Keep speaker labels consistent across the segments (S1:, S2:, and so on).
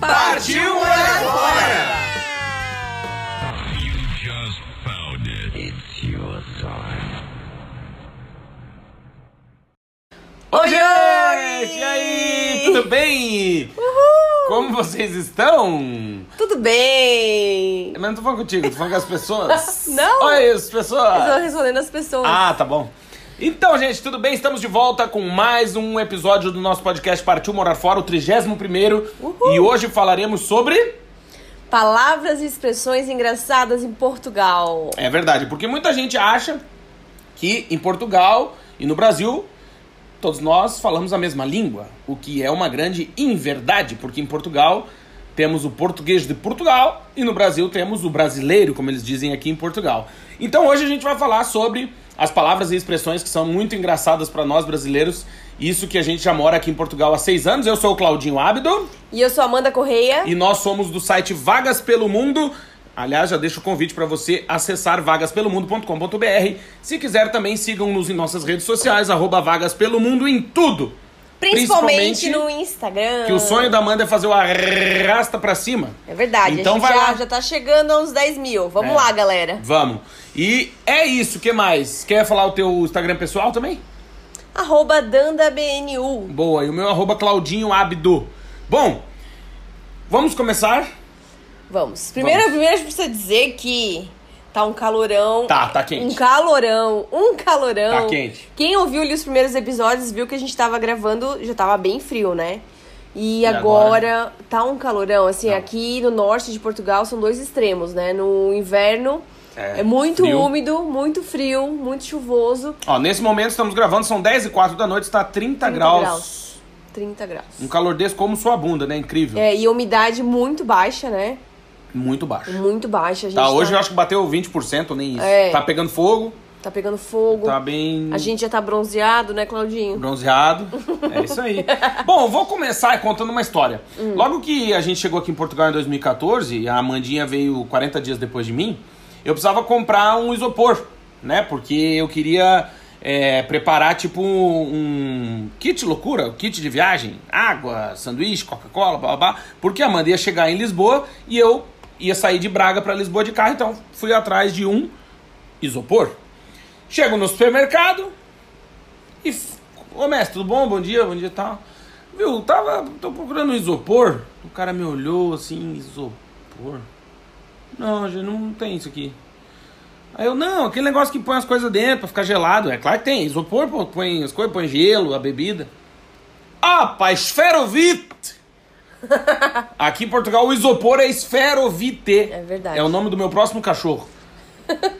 S1: Partiu morar fora!
S2: You just found it. It's your time.
S1: Oi, gente! E aí, tudo bem? Como vocês estão?
S3: Tudo bem?
S1: Mas não tô falando contigo, tô falando com as pessoas.
S3: Não.
S1: Oi, as
S3: Estou
S1: pessoas!
S3: respondendo as pessoas.
S1: Ah, tá bom. Então, gente, tudo bem? Estamos de volta com mais um episódio do nosso podcast Partiu Morar Fora, o 31 primeiro.
S3: Uhul.
S1: E hoje falaremos sobre...
S3: Palavras e expressões engraçadas em Portugal.
S1: É verdade, porque muita gente acha que em Portugal e no Brasil todos nós falamos a mesma língua, o que é uma grande inverdade, porque em Portugal temos o português de Portugal e no Brasil temos o brasileiro, como eles dizem aqui em Portugal. Então hoje a gente vai falar sobre as palavras e expressões que são muito engraçadas para nós brasileiros. Isso que a gente já mora aqui em Portugal há seis anos. Eu sou o Claudinho Ábido.
S3: E eu sou Amanda Correia.
S1: E nós somos do site Vagas Pelo Mundo. Aliás, já deixo o convite para você acessar vagaspelomundo.com.br. Se quiser, também sigam-nos em nossas redes sociais, arroba Vagas Pelo Mundo em tudo.
S3: Principalmente,
S1: Principalmente
S3: no Instagram.
S1: Que o sonho da Amanda é fazer o arrasta pra cima.
S3: É verdade.
S1: Então
S3: a gente
S1: vai
S3: já,
S1: lá.
S3: já tá chegando a uns 10 mil. Vamos
S1: É.
S3: lá, galera.
S1: Vamos. E é isso, que mais? Quer falar o teu Instagram pessoal também?
S3: Arroba DandaBNU.
S1: Boa, e o meu arroba Claudinho Abdo. Bom, vamos começar?
S3: Vamos. Primeiro,
S1: Vamos.
S3: primeiro a gente precisa dizer que tá um calorão.
S1: Tá, tá quente.
S3: Um calorão, um calorão.
S1: Tá quente.
S3: Quem ouviu ali os primeiros episódios viu que a gente tava gravando, já tava bem frio, né? E, agora, tá um calorão. Assim, aqui no norte de Portugal são dois extremos, né? No inverno é,
S1: É,
S3: muito
S1: frio.
S3: úmido, muito frio, muito chuvoso.
S1: Ó, nesse momento estamos gravando, são 10 e 4 da noite, está 30,
S3: 30
S1: graus.
S3: graus. 30 graus.
S1: Um calor desse como sua bunda, né? Incrível.
S3: É, e a umidade muito baixa, né?
S1: Muito baixo.
S3: Muito baixa. A gente
S1: Tá, hoje eu acho que bateu 20%, nem isso.
S3: É.
S1: Tá pegando fogo,
S3: tá pegando fogo.
S1: tá bem
S3: A gente já tá bronzeado, né, Claudinho?
S1: bronzeado. É isso aí. Bom, vou começar contando uma história. Logo que a gente chegou aqui em Portugal em 2014, a Amandinha veio 40 dias depois de mim, eu precisava comprar um isopor, né? Porque eu queria é, preparar, tipo, um kit loucura, um kit de viagem, água, sanduíche, Coca-Cola, blá, blá, blá, porque a Amanda ia chegar em Lisboa e eu ia sair de Braga para Lisboa de carro, então fui atrás de um isopor. Chego no supermercado, e, f- ô mestre, tudo bom? Bom dia, bom dia e tal. Viu, tava, tô procurando um isopor. O cara me olhou assim, isopor. Não, gente, não tem isso aqui. Aí eu, não, aquele negócio que põe as coisas dentro pra ficar gelado. É claro que tem, isopor, pô, põe as coisas, põe gelo, a bebida. Ah, pá, esferovite! Aqui em Portugal o isopor é esferovite.
S3: É verdade.
S1: É o nome do meu próximo cachorro.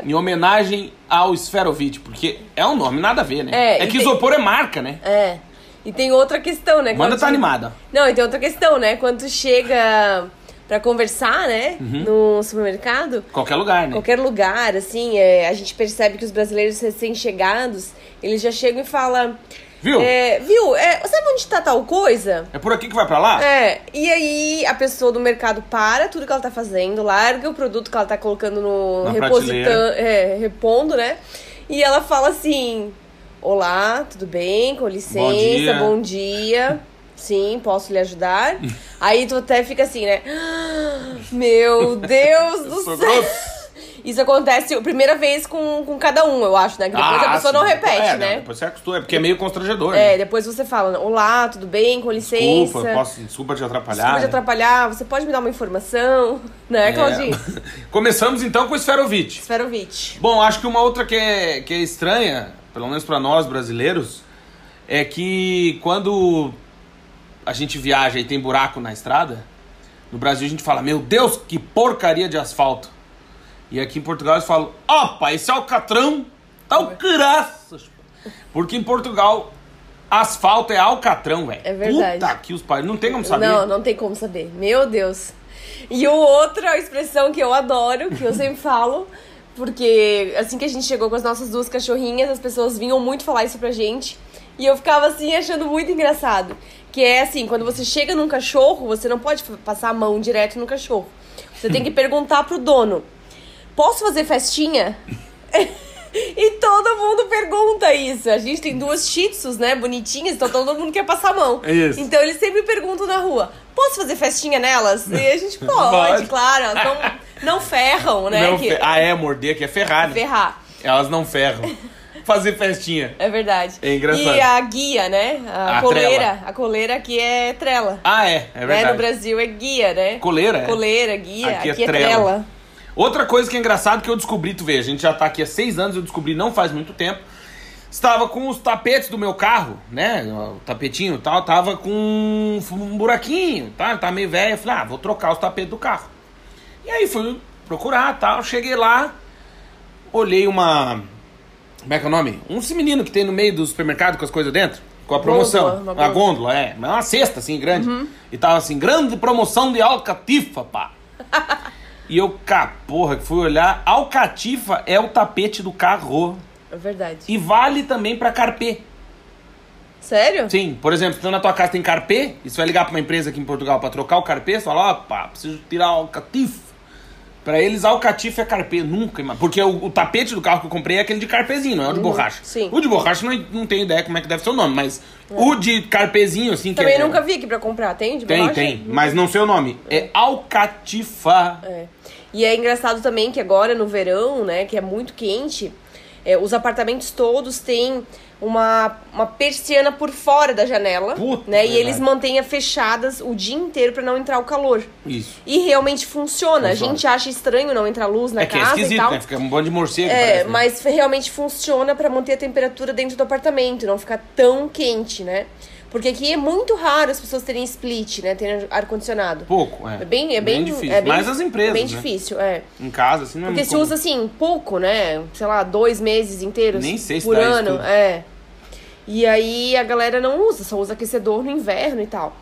S1: em homenagem ao esferovite, porque é um nome nada a ver, né?
S3: É, e
S1: que
S3: tem-
S1: isopor é marca, né?
S3: É. E tem outra questão, né?
S1: Amanda
S3: Claudinho?
S1: tá animada.
S3: Não, e tem outra questão, né? Quando tu chega pra conversar, né?
S1: Uhum.
S3: No supermercado,
S1: Qualquer lugar, né?
S3: qualquer lugar, assim, é, a gente percebe que os brasileiros recém-chegados, eles já chegam e falam...
S1: Viu? É...
S3: é, viu? É, sabe onde tá tal coisa?
S1: por aqui que vai pra lá?
S3: É, e aí a pessoa do mercado para tudo que ela tá fazendo, larga o produto que ela tá colocando no
S1: Na
S3: repositando,
S1: prateleira.
S3: é, repondo, né? E ela fala assim: Olá, tudo bem? Com licença, bom dia.
S1: dia." Hum.
S3: Sim, posso lhe ajudar? aí tu até fica assim, né? "Ah, Meu Deus do
S1: sou
S3: céu! Isso acontece a primeira vez com, com cada um, eu acho, né? Que depois a pessoa
S1: sim.
S3: não repete,
S1: É,
S3: né?
S1: Depois você acostuma, é porque é meio constrangedor.
S3: É,
S1: né?
S3: depois você fala, olá, tudo bem? Com licença.
S1: Desculpa, posso, desculpa te atrapalhar.
S3: Desculpa te
S1: né?
S3: atrapalhar, você pode me dar uma informação, né, Claudinho?
S1: É. Começamos então com o esferovite.
S3: Esferovite.
S1: Bom, acho que uma outra que é, que é estranha, pelo menos pra nós brasileiros, é que quando a gente viaja e tem buraco na estrada, no Brasil a gente fala, meu Deus, que porcaria de asfalto. E aqui em Portugal eles falam, opa, esse alcatrão tá o caraças. Porque em Portugal Asfalto é alcatrão, velho.
S3: É verdade.
S1: Puta que os pais. Não tem como saber.
S3: Não, não tem como saber. Meu Deus. E o outra expressão que eu adoro, que eu sempre falo, porque assim que a gente chegou com as nossas duas cachorrinhas, as pessoas vinham muito falar isso pra gente. E eu ficava assim achando muito engraçado. Que é assim, quando você chega num cachorro, você não pode f- passar a mão direto no cachorro. Você tem que perguntar pro dono: posso fazer festinha? E todo mundo pergunta isso. A gente tem duas shih tzus, né? Bonitinhas, então todo mundo quer passar a mão.
S1: É isso.
S3: Então eles sempre perguntam na rua: posso fazer festinha nelas? E a gente pode,
S1: Pode.
S3: claro. elas Não, não ferram, né?
S1: Não
S3: que-
S1: fe- Ah, é, morder que é ferrar. né?
S3: Ferrar.
S1: Elas não ferram. Fazer festinha.
S3: É verdade.
S1: É engraçado.
S3: E a guia, né? A,
S1: A
S3: coleira.
S1: trela.
S3: A coleira aqui é trela.
S1: Ah, é, é
S3: né? No
S1: verdade.
S3: Brasil é guia, né?
S1: Coleira, é.
S3: Coleira, guia.
S1: Aqui
S3: Aqui,
S1: é
S3: é
S1: trela.
S3: trela.
S1: Outra coisa que é engraçado que eu descobri, tu vê, a gente já tá aqui há seis anos, eu descobri não faz muito tempo. Estava com os tapetes do meu carro, né? O tapetinho e tal, tava com um f- um buraquinho, tá? Tá meio velho. Eu falei, ah, vou trocar os tapetes do carro. E aí fui procurar tal, cheguei lá, olhei uma. Como é que é o nome? Um menino que tem no meio do supermercado com as coisas dentro, com a promoção.
S3: Gôndola, Uhum. uma
S1: a gôndola, é. Mas uma cesta assim, grande. E tava assim, grande promoção de alcatifa, pá. E eu, cá, porra, que fui olhar, alcatifa é o tapete do carro.
S3: É verdade.
S1: E vale também pra carpê.
S3: Sério?
S1: Sim, por exemplo, se tá na tua casa tem carpê, e você vai ligar pra uma empresa aqui em Portugal pra trocar o carpê, você fala, ó, pá, preciso tirar alcatifa. Pra eles, alcatifa é carpê, nunca. ima- Porque o, o tapete do carro que eu comprei é aquele de carpezinho, não é o de borracha.
S3: Uhum, sim.
S1: O de borracha não, não tenho ideia como é que deve ser o nome, mas o de carpezinho, assim, que
S3: Também
S1: é-
S3: nunca vi aqui pra comprar. Tem de
S1: Tem,
S3: borracha?
S1: tem, mas não sei o nome. É alcatifa.
S3: É. E é engraçado também que agora no verão, né, que é muito quente, é, os apartamentos todos têm uma, uma persiana por fora da janela,
S1: Puta, é
S3: né? E
S1: verdade.
S3: eles mantêm fechadas o dia inteiro pra não entrar o calor.
S1: Isso.
S3: E realmente funciona. A
S1: Funciona.
S3: gente acha estranho não entrar luz na
S1: é que é
S3: casa e
S1: esquisito,
S3: tal.
S1: né? Fica um bando de morcego,
S3: É,
S1: parece, né?
S3: mas realmente funciona pra manter a temperatura dentro do apartamento, não ficar tão quente, né? Porque aqui é muito raro as pessoas terem split, né? Terem ar-condicionado.
S1: Pouco, é.
S3: É bem, é bem,
S1: difícil.
S3: é bem-
S1: Mas as empresas,
S3: Bem
S1: né?
S3: difícil, é.
S1: Em casa, assim, não é
S3: Porque
S1: muito
S3: se
S1: comum.
S3: usa assim, pouco, né? Sei lá, dois meses inteiros.
S1: Nem sei se
S3: Por
S1: dá isso
S3: ano,
S1: tudo.
S3: é. E aí a galera não usa, só usa aquecedor no inverno e tal.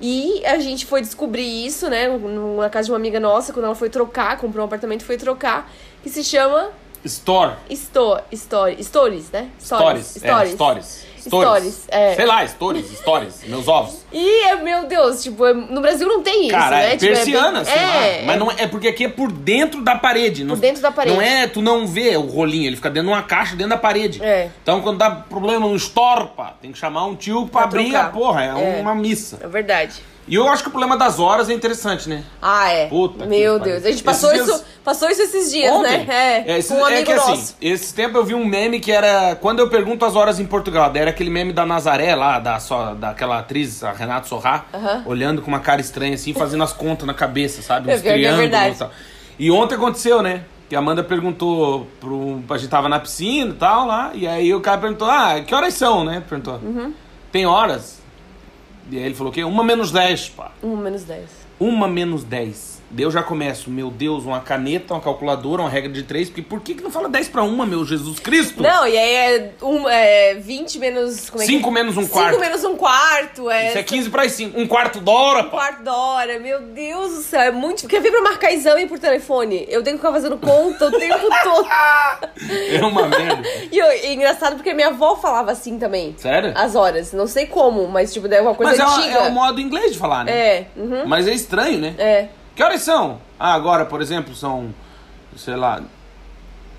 S3: E a gente foi descobrir isso, né? Na casa de uma amiga nossa, quando ela foi trocar, comprou um apartamento e foi trocar, que se chama
S1: Store.
S3: Sto story, stories, né?
S1: Stories. Stories. É, stories.
S3: Stories, é.
S1: Sei lá, stories, stories. Meus ovos.
S3: E, é, meu Deus, tipo, é- no Brasil não tem isso,
S1: Cara,
S3: né?
S1: é
S3: Tipo,
S1: persiana,
S3: bem-
S1: sei lá. Mas não é, é porque aqui é por dentro da parede. Não,
S3: dentro da parede.
S1: Não é, tu não vê o rolinho, ele fica dentro de uma caixa, dentro da parede.
S3: É.
S1: Então quando dá problema no estorpa, tem que chamar um tio pra,
S3: Pra
S1: abrir
S3: trocar.
S1: a porra, é,
S3: É.
S1: uma missa.
S3: É verdade.
S1: E eu acho que o problema das horas é interessante, né?
S3: Ah, é.
S1: Puta que
S3: Meu
S1: pariu.
S3: Deus, a gente passou
S1: Esses
S3: isso,
S1: dias-
S3: passou isso esses dias,
S1: Ontem?
S3: né? É,
S1: esse,
S3: com um
S1: é
S3: amigo
S1: que
S3: nosso.
S1: assim, esse tempo eu vi um meme que era. Quando eu pergunto as horas em Portugal, daí era aquele meme da Nazaré lá, da, só, daquela atriz, a Renata Sorrá,
S3: Aham.
S1: olhando com uma cara estranha assim, fazendo as contas na cabeça, sabe?
S3: É,
S1: Uns
S3: pior que é
S1: triângulos
S3: verdade.
S1: e tal. E ontem aconteceu, né? Que a Amanda perguntou pro. A gente tava na piscina e tal lá, e aí o cara perguntou: Ah, que horas são, né? Perguntou.
S3: Uhum.
S1: Tem horas? E aí ele falou o quê? Uma menos dez, pá.
S3: Um menos 10.
S1: Uma menos 10. Daí Eu já começo, meu Deus, uma caneta, uma calculadora, uma regra de três. Porque por que, que não fala 10 pra uma, meu Jesus Cristo?
S3: Não, e aí é, um, é 20 menos. Como é
S1: Cinco
S3: que...
S1: menos um
S3: 5
S1: quarto.
S3: menos um quarto. É,
S1: Isso é 15 pra 5. Um quarto da hora,
S3: Um
S1: pá.
S3: quarto da hora, meu Deus do céu, é muito. Quer vir pra marcar exame por telefone? Eu tenho que ficar fazendo conta o tempo todo.
S1: É uma merda.
S3: E, eu- e engraçado porque minha avó falava assim também.
S1: Sério?
S3: As horas. Não sei como, mas tipo, daí é uma coisa
S1: Mas é, uma-
S3: antiga.
S1: é o modo inglês de falar, né?
S3: É, uhum.
S1: Mas é estranho, né?
S3: É.
S1: Que horas são? Ah, agora, por exemplo, são, sei lá,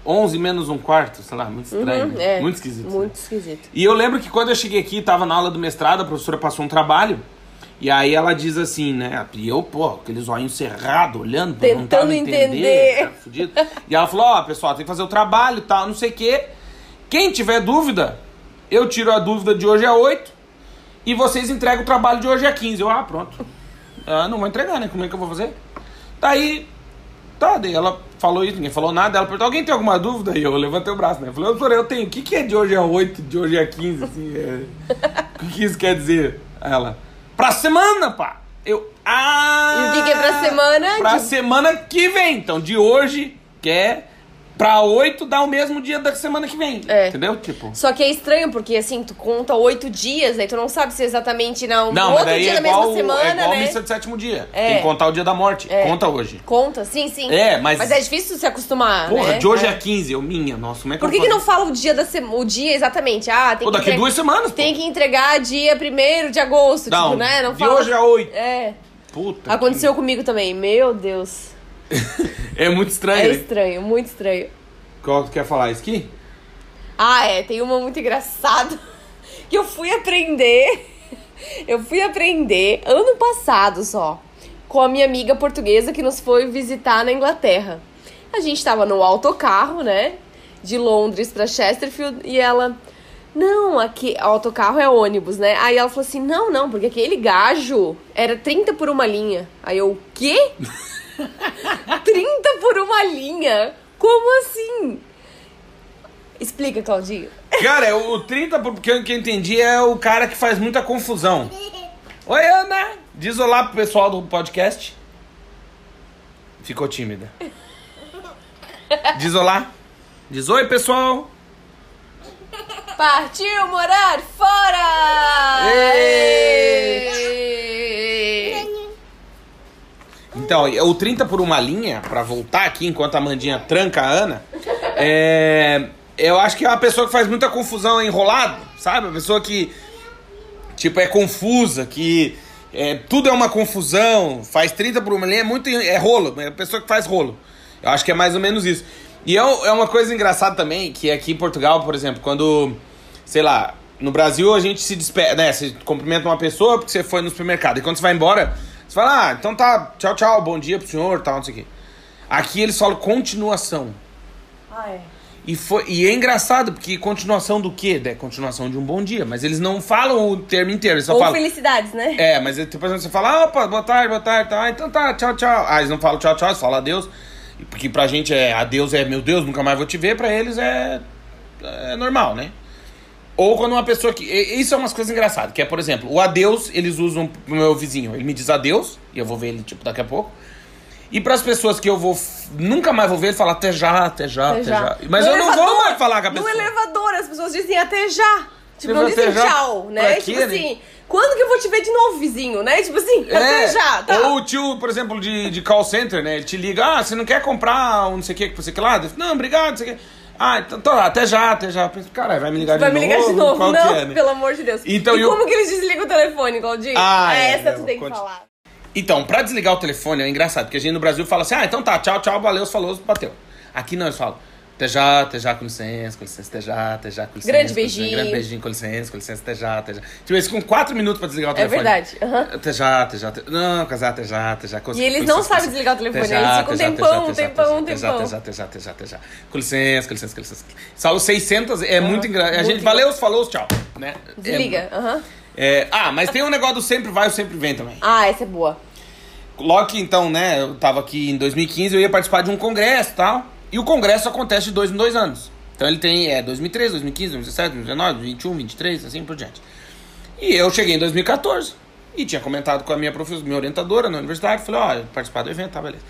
S1: 11 menos um quarto. Sei lá, muito estranho.
S3: Uhum,
S1: né?
S3: é.
S1: Muito esquisito. né?
S3: Muito esquisito.
S1: E eu lembro que quando eu cheguei aqui, tava na aula do mestrado, a professora passou um trabalho. E aí ela diz assim, né? E eu, pô, aquele zoinho cerrado, olhando, pô, não tava
S3: Tentando
S1: entendendo,
S3: entender.
S1: cara, fudido. E ela falou, ó, pessoal, tem que fazer o trabalho e tal, não sei o quê. Quem tiver dúvida, eu tiro a dúvida de hoje a 8 e vocês entregam o trabalho de hoje a 15. Eu, ah, pronto. Ah, não vou entregar, né? Como é que eu vou fazer? Daí, tá, daí ela falou isso, ninguém falou nada. Ela perguntou, alguém tem alguma dúvida? E eu levantei o braço, né? Eu falei, doutor, eu tenho. O que, que é de hoje a 8, de hoje a 15? Assim, é... O que, que isso quer dizer? Ela, pra semana, pá! Eu, ah!
S3: E o que que é pra semana?
S1: Pra
S3: De-
S1: semana que vem. Então, de hoje, que é Pra oito dá o mesmo dia da semana que vem.
S3: É.
S1: Entendeu? Tipo.
S3: Só que é estranho, porque assim, tu conta oito dias, aí tu não sabe se exatamente não, no
S1: Não, mas
S3: outro
S1: daí
S3: dia
S1: é
S3: da
S1: igual,
S3: mesma semana,
S1: é igual
S3: né?
S1: a missa do sétimo dia.
S3: É.
S1: Tem que contar o dia da morte. Conta hoje.
S3: Conta, sim, sim.
S1: É, mas-
S3: Mas é difícil se acostumar,
S1: Porra,
S3: né?
S1: de hoje é. 15. Eu, minha, nossa, como é que
S3: Por
S1: eu
S3: que,
S1: vou
S3: que não
S1: fazer?
S3: fala o dia da sema- o dia exatamente? Ah, tem
S1: Pô,
S3: que
S1: daqui
S3: entre-
S1: duas semanas, pô.
S3: tem que entregar dia 1 de agosto,
S1: Não,
S3: tipo, né? Não
S1: de
S3: fala.
S1: hoje a oito.
S3: É.
S1: Puta.
S3: Aconteceu comigo também. Meu Deus.
S1: que- É muito
S3: É
S1: estranho. né?
S3: estranho, muito estranho.
S1: Qual que tu quer falar? Isso aqui?
S3: Ah, é, tem uma muito engraçada que eu fui aprender. Eu fui aprender ano passado só, com a minha amiga portuguesa que nos foi visitar na Inglaterra. A gente tava no autocarro, né? De Londres pra Chesterfield e ela. Não, aqui autocarro é ônibus, né? Aí ela falou assim: não, não, porque aquele gajo era 30 por uma linha. Aí eu, o quê? 30 por uma linha? Como assim? Explica, Claudinho.
S1: Cara, é o 30, porque o que eu entendi é o cara que faz muita confusão. Oi, Ana! Diz olá pro pessoal do podcast. Ficou tímida. Diz olá. Diz oi, pessoal.
S3: Partiu morar fora!
S1: Então, é o 30 por uma linha, pra voltar aqui enquanto a Mandinha tranca a Ana, é, eu acho que é uma pessoa que faz muita confusão, é enrolado, sabe? Uma pessoa que, tipo, é confusa, que é, tudo é uma confusão, faz 30 por uma linha, é muito, é rolo, é a pessoa que faz rolo. Eu acho que é mais ou menos isso. E é, um- é uma coisa engraçada também, que aqui em Portugal, por exemplo, quando, sei lá, no Brasil a gente se despede, né? Você cumprimenta uma pessoa porque você foi no supermercado. E quando você vai embora, você fala, ah, então tá, tchau, tchau, bom dia pro senhor, tal, não sei o quê. Aqui eles falam continuação. E, foi, e é engraçado, porque continuação do quê? É continuação de um bom dia. Mas eles não falam o termo inteiro, eles só
S3: Ou
S1: falam.
S3: felicidades, né?
S1: Então É, mas aí, por exemplo, você fala, opa, boa tarde, boa tarde, tá, então tá, tchau, tchau. Ah, eles não falam tchau, tchau, eles falam adeus. E Porque pra gente é adeus é meu Deus, nunca mais vou te ver, pra eles é, é normal, né? Ou quando uma pessoa que. e- Isso é umas coisas engraçadas, que é, por exemplo, o adeus eles usam pro meu vizinho. Ele me diz adeus, e eu vou ver ele, tipo, daqui a pouco. E pras pessoas que eu vou. f- Nunca mais vou ver, ele fala até já, até já, até já. Mas
S3: No
S1: eu não vou
S3: elevador-
S1: mais falar com a pessoa.
S3: No elevador, as pessoas dizem até já. Tipo, não
S1: Até
S3: dizem
S1: já.
S3: tchau, né?
S1: Pra
S3: tipo
S1: quê, né?
S3: assim, quando que eu vou te ver de novo, vizinho, né? Tipo assim, até
S1: É,
S3: já, tá?
S1: Ou o tio, por exemplo, de, de call center, né? Ele te liga, ah, você não quer comprar um não sei o que que você que lá? Ele fala, Não, obrigado, não sei o que. Ah, então tá, até já, até já. Eu penso, Caralho, vai me ligar
S3: Vai
S1: de
S3: me
S1: novo.
S3: ligar de novo,
S1: qual
S3: não,
S1: que é, né?
S3: pelo amor de Deus.
S1: Então,
S3: e
S1: eu-
S3: como que eles desligam o telefone, Claudinho?
S1: Ah, é,
S3: essa
S1: eu
S3: tu
S1: vou
S3: tem que
S1: conti-
S3: falar. É
S1: Então, pra desligar o telefone é engraçado, porque a gente no Brasil fala assim, ah, então tá, tchau, tchau, valeu, falou, bateu. Aqui não, eles falam, até já, até já, com licença, com licença, até já, até já, com licença.
S3: Grande
S1: com licença,
S3: beijinho.
S1: Grande beijinho, com licença, com licença, até já, até já. Tipo, eles com quatro minutos pra desligar o
S3: É
S1: telefone.
S3: verdade. aham.
S1: Até já, até já, até... Não, casar, até já, até já. com-
S3: E eles
S1: com
S3: não
S1: licença,
S3: sabem
S1: com licença.
S3: desligar o telefone,
S1: Até já,
S3: eles ficam um
S1: até já,
S3: tempão,
S1: até já,
S3: tempão, um
S1: até já,
S3: tempão.
S1: Até já, até já, até já, até já. Com licença, com licença, com licença. Saiu 600, é muito engraçado. A
S3: Ah, muito
S1: gente, valeu, falou, tchau. Né? É-
S3: Desliga, aham.
S1: é, ah, mas tem um negócio do sempre vai, o sempre vem também.
S3: Ah, essa é boa.
S1: Logo que então, né, eu tava aqui em 2015, eu ia participar de um congresso e tal. E o congresso acontece de dois em dois anos. Então ele tem, é, 2013, 2015, 2017, 2019, 2021, 23, assim por diante. E eu cheguei em 2014 e tinha comentado com a minha professora, minha orientadora na universidade, falei, ó, eu participar do evento, tá, beleza.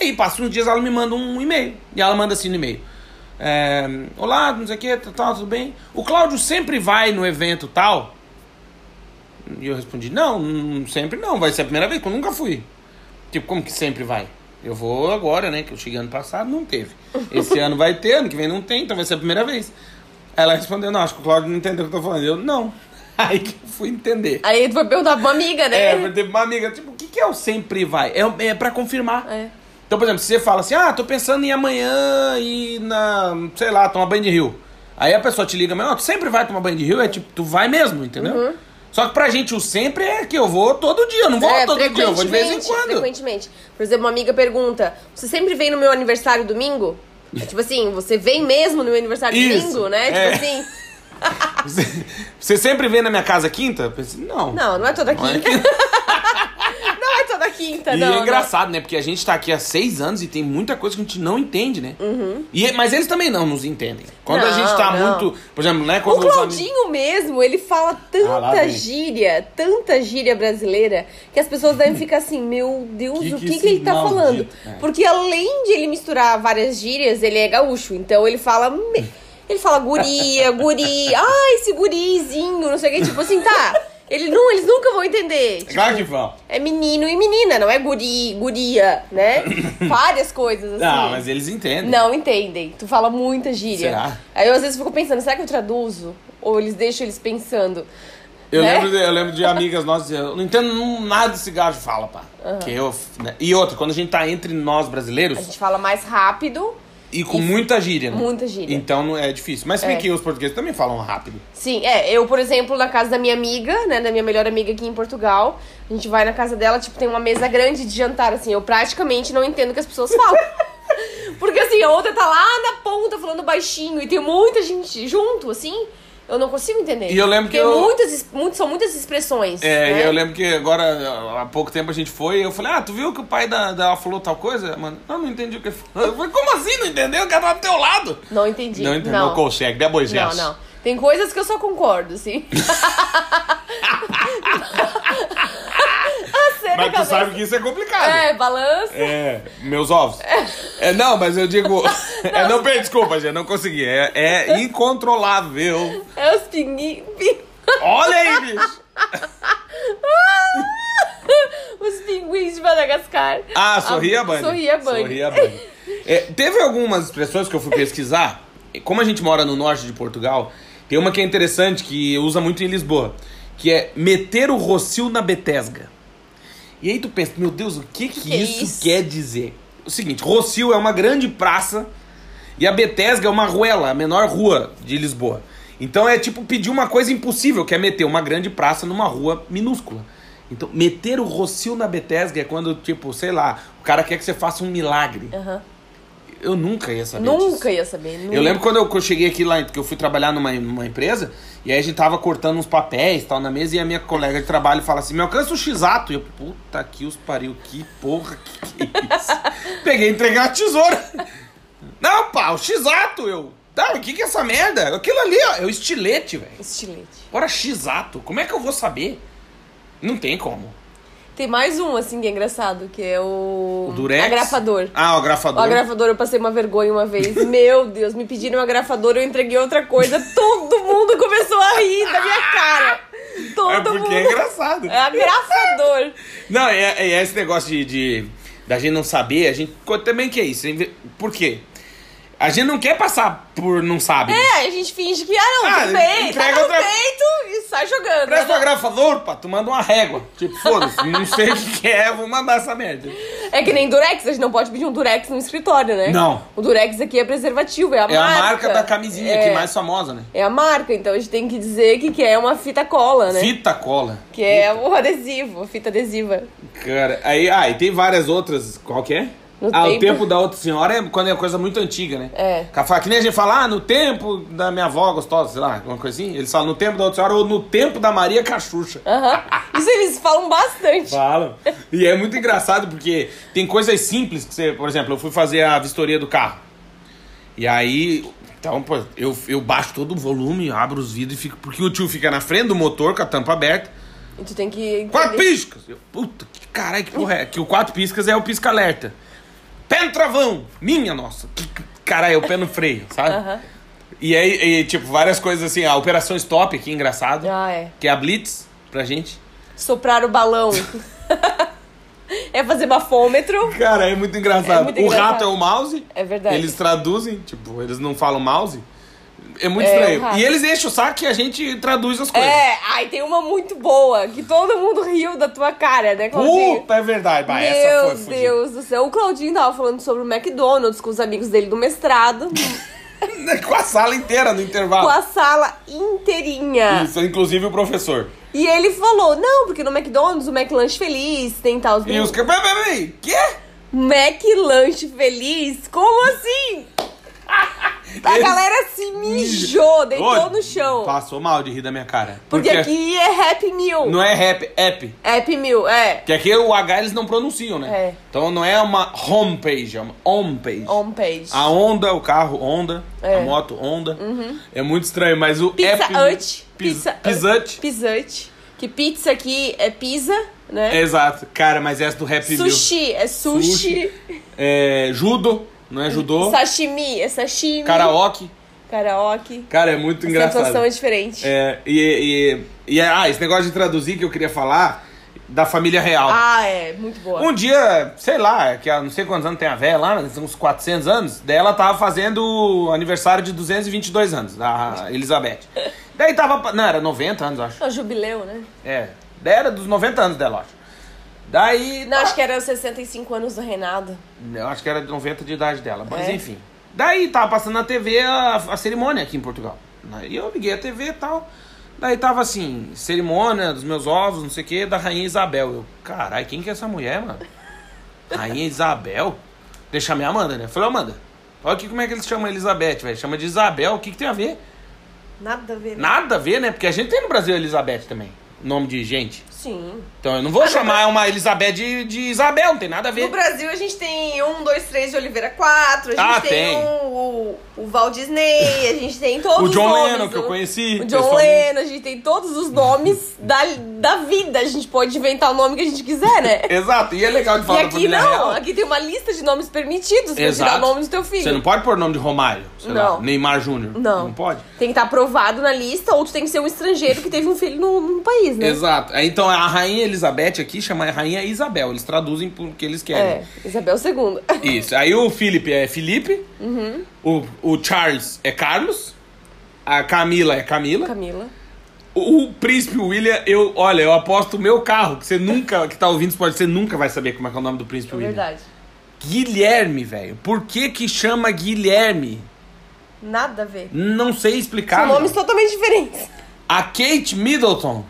S1: Aí passa uns dias, ela me manda um e-mail. E ela manda assim no e-mail. é, Olá, não sei o que, tal, tal, tudo bem? O Cláudio sempre vai no evento tal? E eu respondi, não, não, sempre não, vai ser a primeira vez, que eu nunca fui. Tipo, como que sempre vai? Eu vou agora, né? Que eu cheguei ano passado, não teve. Esse ano vai ter, ano que vem não tem, então vai ser a primeira vez. Aí Ela respondeu, não, acho que o Claudio não entendeu o que eu tô falando. Eu, não. Aí que eu fui entender.
S3: Aí tu foi perguntar pra uma amiga, né?
S1: É, teve uma amiga, tipo, o que, que é o sempre vai? É, é pra confirmar.
S3: É.
S1: Então, por exemplo, se você fala assim, ah, tô pensando em amanhã e na, sei lá, tomar banho de rio. Aí a pessoa te liga, mas ó, tu sempre vai tomar banho de rio, é tipo, tu vai mesmo, entendeu?
S3: Uhum.
S1: Só que pra gente o sempre é que eu vou todo dia, eu não vou
S3: É,
S1: todo dia, eu vou de vez em
S3: frequentemente,
S1: quando.
S3: Frequentemente. Por exemplo, uma amiga pergunta: Você sempre vem no meu aniversário domingo? É tipo assim, você vem mesmo no meu aniversário
S1: Isso,
S3: domingo, né? Tipo
S1: é.
S3: assim.
S1: Você, você sempre vem na minha casa quinta? Eu pensei, não.
S3: Não, não é toda
S1: Não é
S3: quinta. Não é toda quinta,
S1: e
S3: não.
S1: é
S3: não.
S1: engraçado, né? Porque a gente tá aqui há seis anos e tem muita coisa que a gente não entende, né? E, mas eles também não nos entendem. Quando a
S3: Uhum. Não,
S1: gente tá
S3: não.
S1: muito. Por exemplo, né?
S3: O
S1: Quando os amigos-
S3: Claudinho mesmo, ele fala
S1: Ah, lá
S3: tanta
S1: vem.
S3: gíria, tanta gíria brasileira, que as pessoas devem ficar assim, meu Deus,
S1: Que
S3: o
S1: que
S3: que, que,
S1: esse
S3: ele tá
S1: maldito-
S3: falando?
S1: É.
S3: Porque além de ele misturar várias gírias, ele é gaúcho, então ele fala... me- Ele fala guria, guri, ah, esse gurizinho, não sei o que, tipo assim, tá... Ele não, eles nunca vão entender.
S1: É Claro que vão.
S3: É menino e menina, não é guri, guria, né? Várias coisas assim.
S1: Não, Ah, mas eles entendem.
S3: Não entendem. Tu fala muita gíria.
S1: Será?
S3: Aí eu às vezes fico pensando, será que eu traduzo? Ou eles deixam eles pensando?
S1: Eu,
S3: né?
S1: lembro de, eu lembro de amigas nossas dizendo, eu não entendo num- nada desse gajo fala, pá. Que eu, né? E outra, quando a gente tá entre nós brasileiros
S3: A gente fala mais rápido.
S1: e com
S3: e-
S1: muita gíria, né?
S3: Muita gíria.
S1: Então não é difícil. Mas se bem
S3: É.
S1: que os portugueses também falam rápido.
S3: Sim, é. Eu, por exemplo, na casa da minha amiga, né? Da minha melhor amiga aqui em Portugal. A gente vai na casa dela, tipo, tem uma mesa grande de jantar, assim. Eu praticamente não entendo o que as pessoas falam. Porque, assim, a outra tá lá na ponta falando baixinho e tem muita gente junto, assim. Eu não consigo entender.
S1: E eu lembro que
S3: Porque
S1: eu-
S3: muitas, es- muito- são muitas expressões.
S1: É,
S3: né?
S1: eu lembro que agora, há pouco tempo a gente foi e eu falei, ah, tu viu que o pai da, dela falou tal coisa? Mano, eu não entendi o que ele falou. Eu falei, como assim? Não entendeu? O cara tá do teu lado.
S3: Não entendi.
S1: Não entendeu, não consegue, né,
S3: Não,
S1: Moisés?
S3: não. Tem coisas que eu só concordo, sim. Acena a
S1: Mas tu
S3: cabeça.
S1: sabe que isso é complicado.
S3: É, balança.
S1: É, meus ovos. É, não, mas eu digo. É, não, per- desculpa, gente, não consegui. É, é incontrolável.
S3: É os pinguim. pin-
S1: Olha aí, bicho.
S3: Os pinguins de Madagascar.
S1: Ah, sorria, Bunny.
S3: Sorria, Bunny.
S1: Sorria, Bunny. É, teve algumas expressões que eu fui pesquisar. e Como a gente mora no norte de Portugal, tem uma que é interessante que usa muito em Lisboa, que é meter o rocio na betesga. E aí tu pensa, meu Deus, o que que,
S3: que é
S1: isso,
S3: isso?
S1: quer dizer? O seguinte, Rocio é uma grande praça e a Betesga é uma ruela, a menor rua de Lisboa. Então é tipo pedir uma coisa impossível, que é meter uma grande praça numa rua minúscula. Então, meter o Rocio na Betesga é quando, tipo, sei lá, o cara quer que você faça um milagre.
S3: Aham.
S1: Eu nunca ia saber disso.
S3: Nunca ia saber. nunca.
S1: Eu lembro quando eu, que eu cheguei aqui lá, que eu fui trabalhar numa, numa empresa, e aí a gente tava cortando uns papéis tal na mesa, e a minha colega de trabalho fala assim: me alcança o X-ato. E eu, puta que os pariu, que porra, que, que é isso? Peguei e entregar a tesoura. Não, pá, o X-ato, eu. Tá, o que que é essa merda? Aquilo ali, ó, é o estilete, velho.
S3: Estilete.
S1: Ora, X-ato, como é que eu vou saber? Não tem como.
S3: Tem mais um, assim, que é engraçado, que é o...
S1: O durex.
S3: Agrafador.
S1: Ah, o
S3: O
S1: agrafador.
S3: agrafador, eu passei uma vergonha uma vez. Meu Deus, me pediram um agrafador, eu entreguei outra coisa. Todo mundo começou a rir da minha cara. Todo
S1: Ah, É porque
S3: mundo.
S1: é engraçado.
S3: É agrafador.
S1: Não, é, é esse negócio de, de- da gente não saber, a gente co- também que é isso. hein? Por quê? A gente não quer passar por não sabe.
S3: É, a gente finge que, ah, não,
S1: Ah,
S3: tudo bem,
S1: entrega
S3: tá no
S1: outra-
S3: peito e sai jogando.
S1: Presta o
S3: né?
S1: agrafador, pá, tu manda uma régua. Tipo, foda-se, não sei o que que é, vou mandar essa merda.
S3: É que nem durex, a gente não pode pedir um durex no escritório, né?
S1: Não.
S3: O durex aqui é preservativo, é a marca.
S1: É a marca da camisinha
S3: é,
S1: que mais famosa, né?
S3: É a marca, então a gente tem que dizer que, que é uma fita cola, né?
S1: Fita cola.
S3: Que é o adesivo, fita adesiva.
S1: Cara, aí, ah, e tem várias outras. Qual que é?
S3: No
S1: ah, o
S3: tempo-
S1: tempo da outra senhora é quando é coisa muito antiga, né?
S3: É.
S1: Cafá, que nem a gente fala, ah, no tempo da minha avó gostosa, sei lá, alguma coisa assim. Eles falam no tempo da outra senhora ou no tempo da Maria Cachucha.
S3: Aham. Isso eles falam bastante.
S1: Falam. E é muito engraçado porque tem coisas simples que você, por exemplo, eu fui fazer a vistoria do carro. E aí, então, pô, eu, eu baixo todo o volume, abro os vidros e fico. Porque o tio fica na frente do motor com a tampa aberta.
S3: E tu tem que. entender-
S1: Quatro piscas! Eu, puta, que caralho, que porra é? Que o quatro piscas é o pisca-alerta. Pé no travão! Minha nossa! Que, que- caralho, é o pé no freio, sabe?
S3: Aham.
S1: E aí, e, tipo, várias coisas assim. A operação stop, que engraçado.
S3: Ah, é.
S1: Que é a Blitz pra gente.
S3: Soprar o balão. é fazer bafômetro.
S1: Cara, é muito engraçado.
S3: É muito
S1: o
S3: engraçado.
S1: rato é o mouse.
S3: É verdade.
S1: Eles traduzem, tipo, eles não falam mouse. É muito
S3: É, o
S1: estranho.
S3: rato.
S1: E eles enchem o saco que a gente traduz as coisas.
S3: É, ai, tem uma muito boa, que todo mundo riu da tua cara, né, Claudinho?
S1: Puta, é verdade. Bah, essa foi
S3: Meu
S1: fudida.
S3: Deus do céu. O Claudinho tava falando sobre o McDonald's com os amigos dele do mestrado,
S1: Com a sala inteira no intervalo.
S3: com a sala inteirinha.
S1: Isso, inclusive o professor.
S3: E ele falou, não, porque no McDonald's o McLanche Feliz tem tal...
S1: E os caras. Peraí, peraí, quê?
S3: McLanche Feliz? Como assim? A galera se mijou, deitou
S1: Ô,
S3: no chão.
S1: Passou mal de rir da minha cara.
S3: Porque aqui é Happy Meal.
S1: Não é rap, app.
S3: Happy Meal, é.
S1: Porque aqui o H eles não pronunciam, né?
S3: É.
S1: Então não é uma homepage, é uma homepage.
S3: On page.
S1: A onda, o carro, onda.
S3: É. Uhum.
S1: A moto, onda. É muito estranho, mas o
S3: Pizza
S1: app...
S3: Hut. Pizza,
S1: Pizza Pizza Hut.
S3: Pizza Hut. Que pizza aqui é pizza, né?
S1: Exato. Cara, mas essa do Happy Meal.
S3: sushi, é sushi.
S1: É, judo, não é judô.
S3: Sashimi, é sashimi.
S1: Karaoke.
S3: Karaoke.
S1: Cara, é muito
S3: A
S1: engraçado.
S3: sensação é diferente.
S1: É, e, e, e- ah, esse negócio de traduzir que eu queria falar da família real.
S3: Ah, é. Muito boa.
S1: Um dia, sei lá, que há não sei quantos anos tem a véia lá, mas uns 400 anos, daí ela tava fazendo o aniversário de 222 anos, a Elizabeth. daí tava, pa- não, era 90 anos, eu acho.
S3: É um jubileu, né?
S1: É, daí era dos 90 anos dela, eu acho. Daí... tá.
S3: Não, acho que era os 65 anos do Renato.
S1: Eu acho que era de 90 de idade dela, mas
S3: É.
S1: enfim. Daí tava passando na TV a, a cerimônia aqui em Portugal. E eu liguei a TV e tal. Daí tava assim, cerimônia dos meus ovos, não sei o que, da Rainha Isabel. Eu, carai, quem que é essa mulher, mano? Rainha Isabel? Deixa minha Amanda, né? Eu Falei, Amanda, olha aqui como é que eles chamam Elizabeth, velho. Chama de Isabel, o que, que tem a ver?
S3: Nada a ver. né?
S1: Nada a ver, né? Porque a gente tem no Brasil Elizabeth também, nome de gente.
S3: Sim.
S1: Então eu não vou chamar uma Elizabeth de, de Isabel, não tem nada a ver.
S3: No Brasil a gente tem um, dois, três de Oliveira 4, a gente
S1: Ah,
S3: tem,
S1: tem.
S3: um- o, o Walt Disney, a gente tem todos
S1: O
S3: os
S1: John
S3: nomes.
S1: Lennon, que eu
S3: o-
S1: conheci
S3: O John
S1: pessoalmente.
S3: Lennon, a gente tem todos os nomes da, da vida. A gente pode inventar o nome que a gente quiser, né?
S1: Exato, e é legal de
S3: e
S1: falar da
S3: aqui
S1: família
S3: não,
S1: real.
S3: aqui tem uma lista de nomes permitidos pra tirar o nome do teu filho.
S1: Você não pode pôr o nome de Romário, sei
S3: Não.
S1: lá, Neymar Júnior.
S3: Não.
S1: Não pode.
S3: Tem que estar aprovado na lista, ou tu tem que ser um estrangeiro que teve um filho no, no país, né?
S1: Exato. Aí, Então a rainha Elizabeth aqui chama a rainha Isabel. Eles traduzem por que eles querem.
S3: É, Isabel II.
S1: Isso. Aí o Felipe é Felipe.
S3: Uhum.
S1: O, o Charles é Carlos. A Camila é Camila.
S3: Camila.
S1: O, o príncipe William, eu, olha, eu aposto o meu carro, que você nunca, que tá ouvindo isso, pode, você nunca vai saber como é que é o nome do príncipe
S3: É
S1: William.
S3: verdade.
S1: Guilherme, velho. Por que que chama Guilherme?
S3: Nada a ver.
S1: Não sei explicar.
S3: São
S1: mano.
S3: nomes totalmente diferentes.
S1: A Kate Middleton.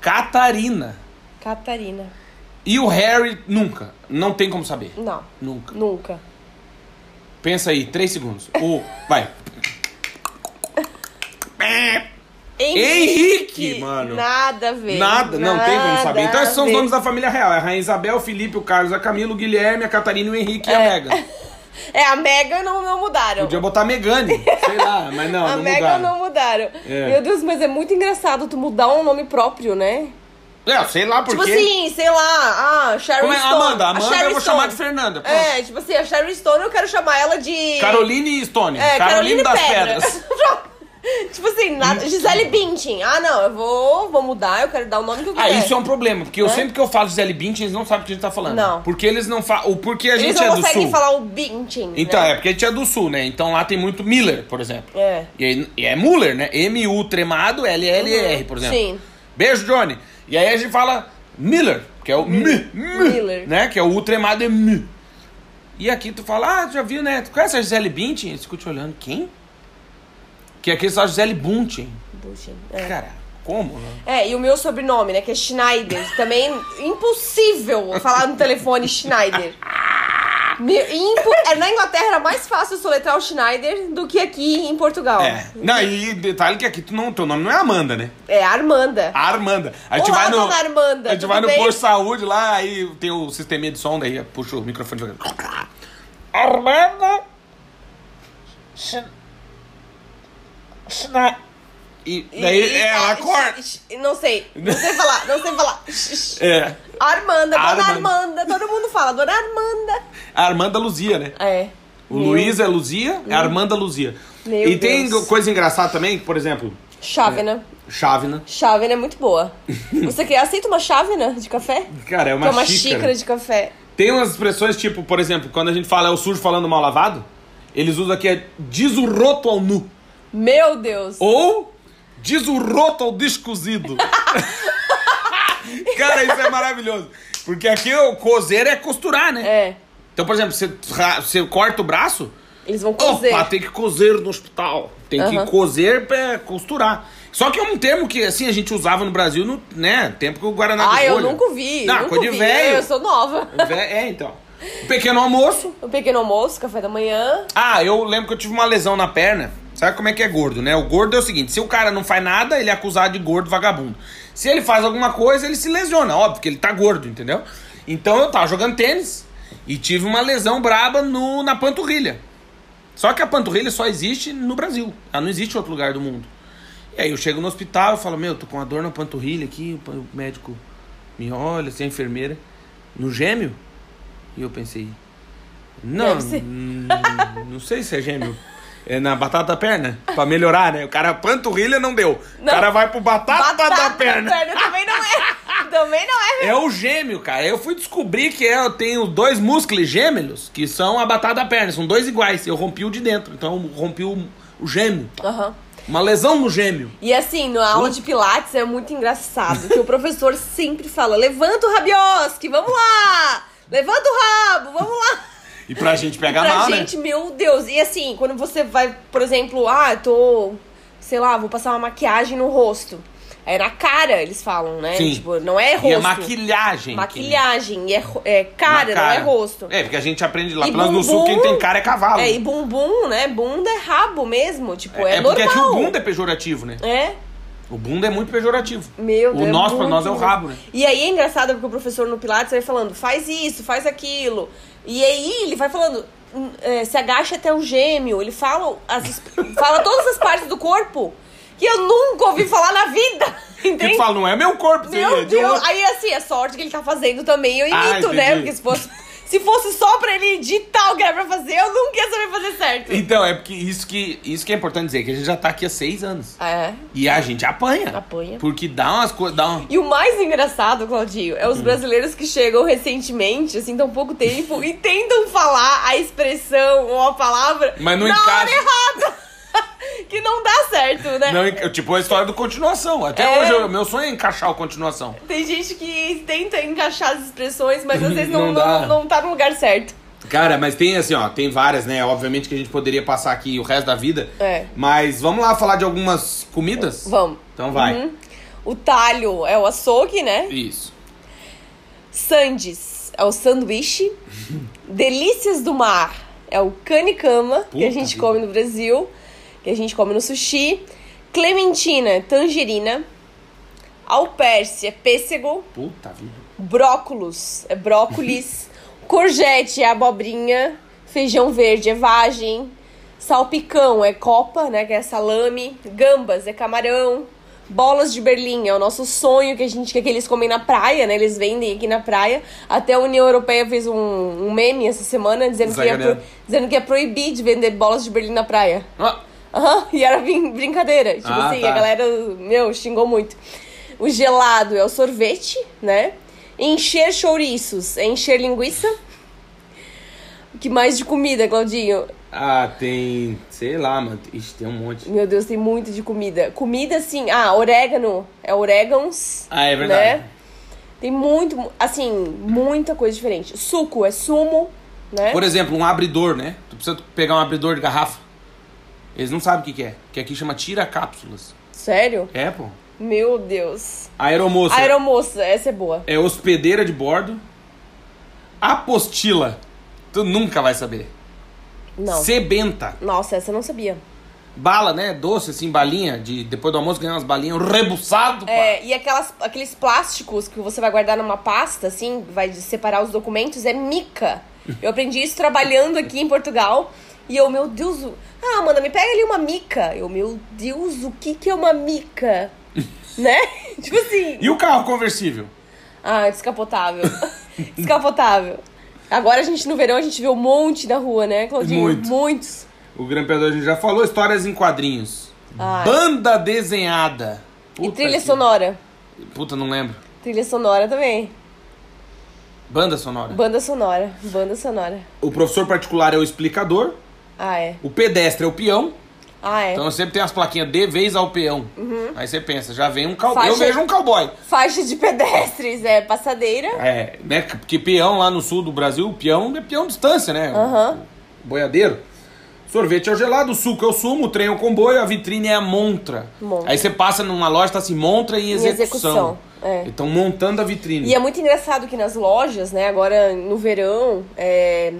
S1: Catarina.
S3: Catarina.
S1: E o Harry, nunca. Não tem como saber.
S3: Não.
S1: Nunca.
S3: Nunca.
S1: Pensa aí, três segundos. O. Vai. Henrique, mano.
S3: Nada a ver.
S1: Nada, não tem como
S3: Nada
S1: saber. Então esses são
S3: a
S1: os
S3: ver.
S1: nomes da família real. É a Rainha Isabel, o Felipe, o Carlos, a Camila, o Guilherme, a Catarina, o Henrique e a
S3: É.
S1: Megan.
S3: É, a Mega não, não mudaram.
S1: Podia botar Megane, sei lá, mas não,
S3: a
S1: não
S3: Mega
S1: mudaram.
S3: não mudaram.
S1: É.
S3: Meu Deus, mas é muito engraçado tu mudar um nome próprio, né?
S1: É, sei lá por
S3: Tipo
S1: quê.
S3: assim, sei lá, ah, Sharon
S1: Como é?
S3: Stone.
S1: Amanda,
S3: A
S1: Amanda
S3: Sharon
S1: eu vou
S3: Stone.
S1: chamar de Fernanda. pronto.
S3: É, tipo assim, a Sharon Stone eu quero chamar ela de...
S1: Caroline Stone.
S3: É, Caroline
S1: Caroline das
S3: Pedra.
S1: Pedras.
S3: tipo assim, nada... Gisele Bündchen. Ah, não, eu vou, vou mudar, eu quero dar o nome que eu
S1: Ah,
S3: quiser.
S1: isso é um problema, porque eu sempre que eu falo Gisele Bündchen, eles não sabem o que a gente tá falando.
S3: Não.
S1: Porque eles não falam... Porque a
S3: Eles
S1: gente
S3: não
S1: é do
S3: conseguem
S1: Sul.
S3: falar o Bündchen,
S1: Então, é
S3: né?
S1: porque a gente é do Sul, né? Então lá tem muito Miller, por exemplo.
S3: É.
S1: E, aí- e é Muller, né? M-U tremado, L-L-R,
S3: Uhum,
S1: por exemplo.
S3: sim.
S1: Beijo, Johnny. E aí a gente fala Miller, que é o M, M,
S3: Miller.
S1: né? Que é o U tremado, é M. E aqui tu fala, ah, já viu, né? Tu conhece a Gisele Bündchen? Eles ficam te olhando, quem? Que aqui é só Gisele Bündchen.
S3: Bündchen, é.
S1: Cara, como? né?
S3: É, e o meu sobrenome, né, que é Schneider. Também é impossível falar no telefone Schneider. Me- impo- é, na Inglaterra era mais fácil soletrar o Schneider do que aqui em Portugal.
S1: É. Não, e detalhe que aqui tu não, teu nome não é Amanda, né?
S3: É, Armanda.
S1: A Armanda. A gente
S3: Olá,
S1: vai no,
S3: dona Armanda,
S1: A gente
S3: tudo
S1: vai no
S3: bem?
S1: posto de saúde lá, aí tem o sisteminha de som, daí puxa o microfone e joga. Armanda. Schn- Schna- E
S3: E-
S1: daí é,
S3: e-
S1: ela
S3: ah,
S1: corta.
S3: sh- sh- Não sei, não sei falar, não sei falar. Sh- sh-
S1: É.
S3: Armanda, dona
S1: Armanda.
S3: Armanda, todo mundo fala, dona Armanda.
S1: A Armanda Luzia, né?
S3: É.
S1: O Luiz é Luzia, a Armanda Luzia.
S3: Meu
S1: e tem
S3: Deus.
S1: coisa engraçada também, que, por exemplo, né?
S3: Chávena.
S1: Chávena.
S3: Chávena é muito boa. Você quer, aceita uma chávena de café?
S1: Cara, é uma,
S3: que é uma
S1: xícara.
S3: xícara de café.
S1: Tem umas expressões, tipo, por exemplo, quando a gente fala é o sujo falando mal lavado, eles usam aqui é diz o roto ao nu.
S3: Meu Deus.
S1: Ou diz o roto ao descozido. Cara, isso é maravilhoso. Porque aqui o cozer é costurar, né?
S3: É.
S1: Então, por exemplo, você, ra- você corta o braço,
S3: Eles vão cozer.
S1: opa, tem que cozer no hospital. Tem
S3: Aham.
S1: que cozer pra costurar. Só que é um termo que, assim, a gente usava no Brasil no né, tempo que o Guaraná de
S3: Ah, eu
S1: bolha.
S3: nunca vi.
S1: Não,
S3: nunca
S1: coisa de
S3: vi.
S1: velho.
S3: Eu sou nova.
S1: Vé- É, então. O pequeno almoço.
S3: O pequeno almoço, café da manhã.
S1: Ah, eu lembro que eu tive uma lesão na perna. Sabe como é que é gordo, né? O gordo é o seguinte: se o cara não faz nada, ele é acusado de gordo vagabundo. Se ele faz alguma coisa, ele se lesiona. Óbvio que ele tá gordo, entendeu? Então eu tava jogando tênis e tive uma lesão braba no, na panturrilha. Só que a panturrilha só existe no Brasil. Ela não existe em outro lugar do mundo. E aí eu chego no hospital e falo, meu, tô com uma dor na panturrilha aqui, o médico me olha, assim, a enfermeira, no gêmeo? E eu pensei, não,
S3: Deve ser.
S1: hum, não sei se é gêmeo. É na batata da perna, pra melhorar, né? O cara, panturrilha não deu. O
S3: Não.
S1: cara vai pro batata, da tá, perna.
S3: também não é. Também não é.
S1: É o gêmeo, cara. Eu fui descobrir que é, eu tenho dois músculos gêmeos, que são a batata da perna, são dois iguais. Eu rompi o de dentro, então eu rompi o, o gêmeo.
S3: Aham.
S1: Uma lesão no gêmeo.
S3: E assim, na aula de pilates é muito engraçado, que o professor sempre fala, levanta o rabioski, vamos lá! Levanta o rabo, vamos lá!
S1: E pra gente pegar
S3: pra
S1: mal, né?
S3: gente, meu Deus. E assim, quando você vai, por exemplo, ah, eu tô, sei lá, vou passar uma maquiagem no rosto. É na cara, eles falam, né?
S1: Sim.
S3: Tipo, não é
S1: né?
S3: rosto.
S1: E é maquilhagem.
S3: Maquilhagem, e é, ro- é
S1: que- na
S3: cara, não é rosto.
S1: É, porque a gente aprende lá,
S3: E
S1: pelo menos no sul,
S3: bumbum-
S1: quem tem cara é cavalo.
S3: É, e bumbum, né? Bunda é rabo mesmo, tipo, é,
S1: É porque
S3: normal.
S1: aqui o bunda é pejorativo, né?
S3: É,
S1: O bunda é muito pejorativo.
S3: meu
S1: O
S3: Deus.
S1: nosso, pra
S3: muito
S1: nós, é o
S3: engraçado.
S1: rabo, né?
S3: E aí é engraçado porque o professor no Pilates vai falando, faz isso, faz aquilo. E aí ele vai falando, hum, é, se agacha até o gêmeo. Ele fala, as, fala todas as partes do corpo que eu nunca ouvi falar na vida.
S1: Que tu
S3: Entende?
S1: fala, não é meu corpo, você é
S3: Meu
S1: de
S3: Deus.
S1: outro.
S3: Aí assim, é sorte que ele tá fazendo também. Eu
S1: Ah,
S3: imito, né?
S1: entendi.
S3: Porque se fosse, se fosse só pra ele editar o que era pra fazer, eu nunca ia saber fazer certo.
S1: Então, é porque isso que, isso que é importante dizer, que a gente já tá aqui há seis anos.
S3: É.
S1: E a gente apanha.
S3: Apanha.
S1: Porque dá umas coisas. Dá um...
S3: E o mais engraçado, Claudinho, é os
S1: Hum.
S3: brasileiros que chegam recentemente, assim, tão pouco tempo, e tentam falar a expressão ou a palavra
S1: Mas não
S3: na hora
S1: encaixa.
S3: errada. que não dá certo, né?
S1: Não, enca- tipo a história do continuação. Até
S3: É.
S1: hoje, eu- meu sonho é encaixar o continuação.
S3: Tem gente que tenta encaixar as expressões, mas às vezes não,
S1: Não dá.
S3: não, não tá no lugar certo.
S1: Cara, mas tem assim, ó, tem várias, né? Obviamente que a gente poderia passar aqui o resto da vida.
S3: É.
S1: Mas vamos lá falar de algumas comidas?
S3: Vamos.
S1: Então vai.
S3: Uhum. O talho é o açougue, né?
S1: Isso.
S3: Sandes é o sanduíche. Delícias do mar é o canicama, que a
S1: Puta
S3: gente
S1: vida.
S3: come no Brasil, que a gente come no sushi. Clementina, é tangerina. Alperce é pêssego.
S1: Puta vida.
S3: Brócolos é brócolis. Courgette é abobrinha. Feijão verde é vagem. Salpicão é copa, né? Que é salame. Gambas é camarão. Bolas de Berlim é o nosso sonho que a gente que eles comem na praia, né? Eles vendem aqui na praia. Até a União Europeia fez um, um meme essa semana dizendo que, ia pro-
S1: Sacaneando.
S3: dizendo que ia proibir de vender bolas de Berlim na praia.
S1: Ah,
S3: Aham, e era brin- brincadeira. Tipo
S1: Ah,
S3: assim,
S1: tá.
S3: a galera, meu, xingou muito. O gelado é o sorvete, né? Encher chouriços é encher linguiça. O que mais de comida, Claudinho?
S1: ah, tem. Sei lá, mano. Ixi, tem um monte.
S3: Meu Deus, tem muito de comida. Comida, assim, ah, orégano. É orégãos.
S1: Ah, é verdade.
S3: Né? Tem muito, mu- assim, muita coisa diferente. Suco é sumo, né?
S1: Por exemplo, um abridor, né? Tu precisa pegar um abridor de garrafa. Eles não sabem o que, que é. Que aqui chama tira-cápsulas.
S3: Sério?
S1: É, pô.
S3: Meu Deus.
S1: Aeromoça.
S3: Aeromoça, essa é boa.
S1: É hospedeira de bordo. Apostila. Tu nunca vai saber.
S3: Não.
S1: Sebenta.
S3: Nossa, essa eu não sabia.
S1: Bala, né? Doce, assim, balinha. De, depois do almoço ganhar umas balinhas. um Rebuçado, pá.
S3: É, e aquelas, aqueles plásticos que você vai guardar numa pasta, assim, vai separar os documentos, é mica. Eu aprendi isso trabalhando aqui em Portugal. E eu, meu Deus, o- ah, Amanda, me pega ali uma mica. Eu, meu Deus, o que que é uma mica? né? Tipo assim.
S1: E o carro conversível?
S3: Ah, descapotável. descapotável. Agora a gente, no verão, a gente vê um monte na rua, né, Claudinho?
S1: Muito.
S3: Muitos.
S1: O grampeador a gente já falou. Histórias em quadrinhos.
S3: Ai.
S1: Banda desenhada.
S3: e trilha
S1: que-
S3: sonora.
S1: Puta, não lembro.
S3: Trilha sonora também.
S1: Banda sonora.
S3: Banda sonora. Banda sonora.
S1: O professor particular é o explicador.
S3: Ah, é.
S1: O pedestre é o peão.
S3: Ah, é.
S1: Então eu sempre tem as plaquinhas de vez ao peão. Aí você pensa, já vem um cowboy.
S3: Uhum. Faixa-
S1: Eu vejo um cowboy.
S3: Faixa de pedestres, é passadeira.
S1: É, né? Porque peão lá no sul do Brasil, peão é peão distância, né?
S3: Aham.
S1: Boiadeiro. Sorvete é o gelado, o suco é o sumo, o trem é o comboio, a vitrine é a montra.
S3: Montra.
S1: Aí você passa numa loja, tá assim, montra em execução.
S3: execução. É.
S1: Estão montando a vitrine.
S3: E é muito engraçado que nas lojas, né, agora no verão, é,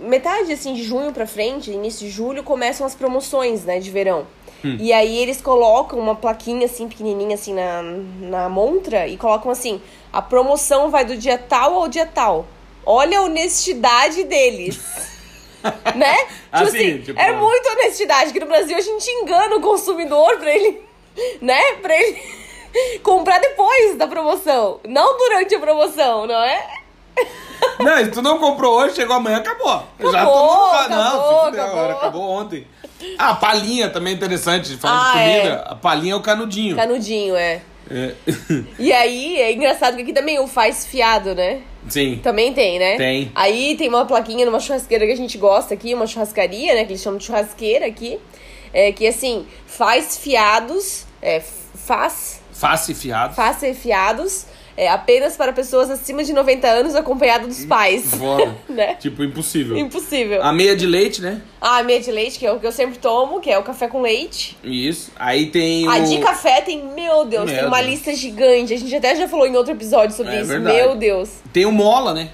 S3: metade assim de junho pra frente, início de julho, começam as promoções, né, de verão. E aí eles colocam uma plaquinha assim pequenininha assim na, na montra e colocam assim: a promoção vai do dia tal ao dia tal. Olha a honestidade deles. né? Tipo
S1: Assim,
S3: assim,
S1: tipo-
S3: é muita honestidade que no Brasil a gente engana o consumidor pra ele, né? Pra ele comprar depois da promoção, não durante a promoção, não é?
S1: Não, se tu não comprou hoje, chegou amanhã, acabou. Já
S3: Acabou,
S1: tomou- Ah,
S3: acabou,
S1: se fudeu,
S3: acabou.
S1: era, acabou ontem. Ah, a palhinha também é interessante, falando de
S3: Ah, é.
S1: comida. A palhinha é o canudinho.
S3: Canudinho, é.
S1: É.
S3: E aí é engraçado que aqui também o faz fiado, né?
S1: Sim.
S3: Também tem, né?
S1: Tem.
S3: Aí tem uma plaquinha numa churrasqueira que a gente gosta aqui, uma churrascaria, né? Que eles chamam de churrasqueira aqui. É, que assim, faz fiados, é, faz,
S1: Face fiado.
S3: faz ser fiados, é, apenas para pessoas acima de 90 anos acompanhado dos pais.
S1: Foda.
S3: né?
S1: Tipo, impossível.
S3: Impossível.
S1: A meia de leite, né?
S3: Ah, a meia de leite, que é o que eu sempre tomo, que é o café com leite.
S1: Isso. Aí tem
S3: A
S1: o...
S3: de café tem, meu Deus,
S1: Meu
S3: tem uma
S1: Deus.
S3: lista gigante. A gente até já falou em outro episódio sobre
S1: É
S3: isso.
S1: verdade.
S3: Meu Deus.
S1: Tem o mola, né?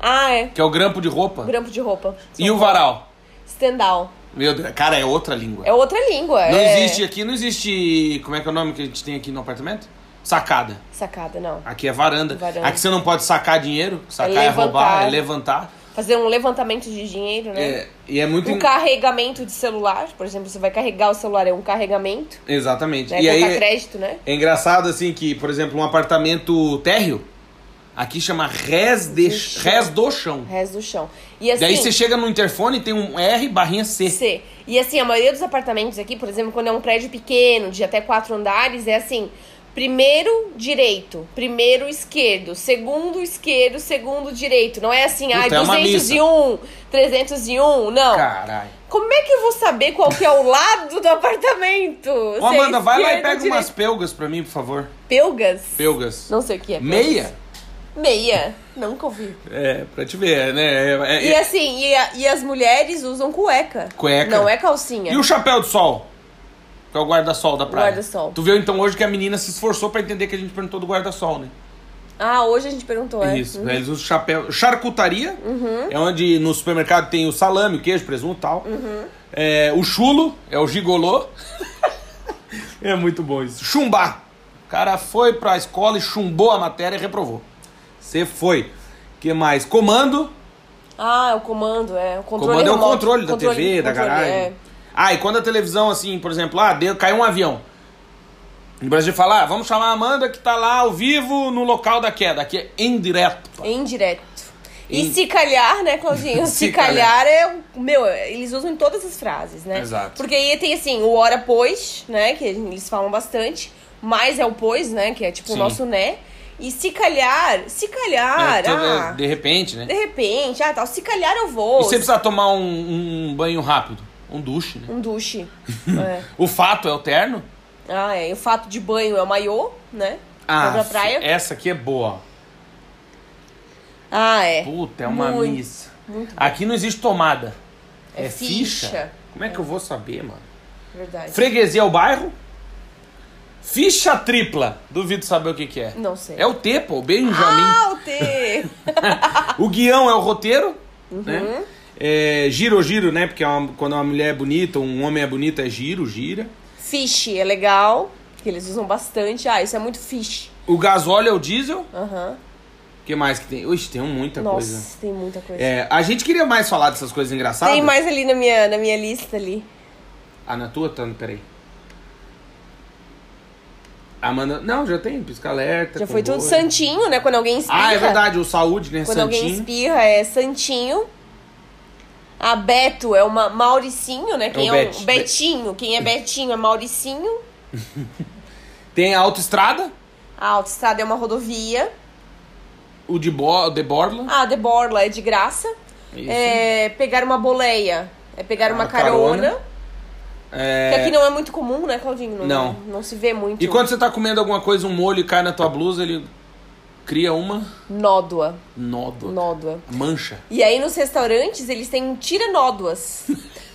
S3: Ah, é.
S1: Que é o grampo de roupa.
S3: Grampo de roupa.
S1: E o varal.
S3: Stendhal.
S1: Meu Deus, cara, é outra língua.
S3: É outra língua.
S1: Não
S3: é...
S1: existe aqui, não existe... Como é que é o nome que a gente tem aqui no apartamento? Sacada.
S3: Sacada, não.
S1: Aqui é varanda.
S3: Varanda.
S1: Aqui você não pode sacar dinheiro. Sacar é,
S3: É levantar.
S1: roubar, é levantar.
S3: Fazer um levantamento de dinheiro, né?
S1: É, e é muito...
S3: Um carregamento de celular, por exemplo, você vai carregar o celular, é um carregamento,
S1: Exatamente.
S3: né?
S1: E
S3: Colocar
S1: aí
S3: crédito, né?
S1: é engraçado assim que, por exemplo, um apartamento térreo, aqui chama res, de,
S3: Do chão.
S1: res do chão.
S3: Resto do chão. E assim,
S1: Daí você chega no interfone e tem um R barrinha C.
S3: C. E assim, a maioria dos apartamentos aqui, por exemplo, quando é um prédio pequeno, de até quatro andares, é assim: primeiro direito, primeiro esquerdo, segundo esquerdo, segundo direito. Não é assim, ai,
S1: Puta, é uma
S3: 201, 301, não.
S1: Caralho.
S3: Como é que eu vou saber qual que é o lado do apartamento?
S1: Ô,
S3: Se é
S1: Amanda, vai lá e
S3: esquerda ou
S1: pega
S3: direita?
S1: umas pelgas pra mim, por favor.
S3: Pelgas?
S1: Pelgas.
S3: Não sei o que é. pelgas.
S1: Meia?
S3: Meia. Nunca ouvi.
S1: É, pra te ver, né? É- é-
S3: E assim, e, a- e as mulheres usam cueca.
S1: Cueca.
S3: Não é calcinha.
S1: E o chapéu de sol? Que é o guarda-sol da praia.
S3: Guarda-sol.
S1: Tu viu então hoje que a menina se esforçou pra entender que a gente perguntou do guarda-sol, né?
S3: Ah, hoje a gente perguntou, é?
S1: Isso, né? eles usam chapéu. Charcutaria é onde no supermercado tem o salame, o queijo, presunto e tal. É, o chulo é o gigolô. é muito bom isso. Chumbar. O cara foi pra escola e chumbou a matéria e reprovou. Você foi. que mais? Comando.
S3: Ah, é o comando, é. O controle
S1: Comando é o
S3: remoto.
S1: controle da TV, da
S3: controle,
S1: garagem.
S3: é.
S1: Ah, e quando a televisão, assim, por exemplo, ah, deu, caiu um avião. No Brasil fala, ah, vamos chamar a Amanda que tá lá ao vivo no local da queda. Aqui é indireto.
S3: Indireto. E
S1: Em-
S3: se calhar, né, Claudinho?
S1: Se
S3: se, calhar é. o- Meu, eles usam em todas as frases, né?
S1: Exato.
S3: Porque aí tem assim, o hora pois, né? Que eles falam bastante. Mas é o pois, né? Que é tipo
S1: Sim.
S3: o nosso né. E se calhar, se calhar.
S1: É, tudo-
S3: ah,
S1: de repente, né?
S3: De repente, ah, tal. Se calhar eu vou.
S1: E você precisa tomar um, um banho rápido. Um duche, né?
S3: Um duche. é.
S1: O fato é o terno?
S3: Ah, é. E o fato de banho é o maiô, né? Vai pra praia.
S1: fi- essa aqui Ah, é boa.
S3: Ah, é.
S1: Puta, é uma
S3: Muito,
S1: missa. Aqui não existe tomada. É,
S3: É
S1: ficha.
S3: ficha.
S1: Como é que eu vou saber, mano?
S3: Verdade.
S1: Freguesia é o bairro? Ficha tripla. Duvido saber o que que é.
S3: Não sei.
S1: É o T, pô. O Benjamin.
S3: Ah, o T! Ah!
S1: O guião é o roteiro,
S3: Uhum.
S1: né? É, giro, giro, né? Porque é uma- quando uma mulher é bonita, um homem é bonito, é giro, gira.
S3: Fish é legal, que eles usam bastante. Ah, isso é muito fish.
S1: O gasóleo é o diesel.
S3: Aham.
S1: O que mais que tem? Ixi, tem muita
S3: Nossa,
S1: coisa.
S3: tem muita coisa.
S1: É, a gente queria mais falar dessas coisas engraçadas.
S3: Tem mais ali na minha, na minha lista ali.
S1: Ah, na tua, Tano, peraí. Amanda. Não, já tem, pisca alerta.
S3: Já foi tudo
S1: comboio.
S3: santinho, né? Quando alguém espirra.
S1: Ah, é verdade, o saúde, né?
S3: Quando alguém
S1: Santinho.
S3: espirra é santinho. A Beto é uma Mauricinho, né? Quem
S1: o
S3: é,
S1: Bet.
S3: um Betinho. Quem é Betinho é Mauricinho.
S1: Tem a autoestrada,
S3: A autoestrada é uma rodovia.
S1: o de, bo... de Borla.
S3: A de borla é de graça.
S1: Isso.
S3: É, pegar uma boleia é pegar uma
S1: Uma carona.
S3: carona.
S1: É,
S3: Que aqui não é muito comum, né, Claudinho? Não.
S1: Não.
S3: não se vê muito.
S1: E quando você tá comendo alguma coisa, um molho e cai na tua blusa, ele cria uma
S3: Nódoa.
S1: nódoa.
S3: Nódoa.
S1: Mancha.
S3: E aí nos restaurantes eles têm um tiranódoas.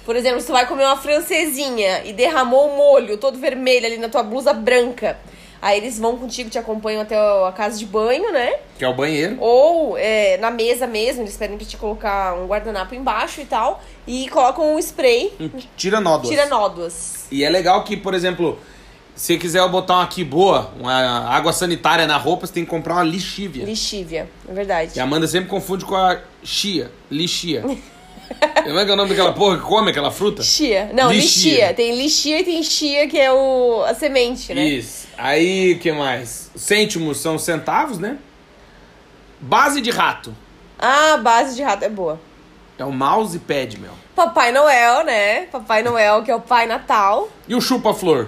S3: Por exemplo, um você vai comer uma francesinha e derramou o molho todo vermelho ali na tua blusa branca. Aí eles vão contigo, te acompanham até a casa de banho, né?
S1: Que é o banheiro.
S3: Ou é, na mesa mesmo, eles pedem pra te colocar um guardanapo embaixo e tal. E colocam um spray,
S1: Tira nódoas.
S3: tira nódoas.
S1: E é legal que, por exemplo, se você quiser botar uma boa, uma água sanitária na roupa, você tem que comprar uma lixívia.
S3: Lixívia, é verdade.
S1: E a Amanda sempre confunde com a chia, lixia. Como é que é o nome daquela porra que come aquela fruta?
S3: Chia. Não,
S1: Lixia.
S3: lixia. Tem lixia e tem chia, que é o, a semente, né?
S1: Isso. Aí, o que mais? Cêntimos são centavos, né? Base de rato.
S3: Ah, a base de rato é boa.
S1: É o mousepad, meu.
S3: Papai Noel, né? Papai Noel, que é o Pai Natal. Um
S1: E o chupa-flor?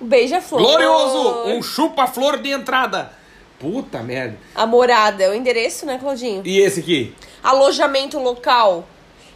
S3: Beija-flor.
S1: Glorioso! Um chupa-flor de entrada. Puta merda.
S3: A morada é o endereço, né, Claudinho?
S1: E esse aqui?
S3: Alojamento local